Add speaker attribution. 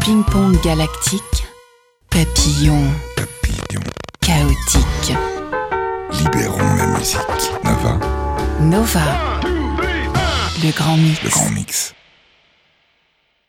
Speaker 1: ping-pong galactique, papillon
Speaker 2: Papillon,
Speaker 1: chaotique,
Speaker 2: libérons la musique. Nava,
Speaker 1: Nova, le grand mix.
Speaker 2: le grand mix.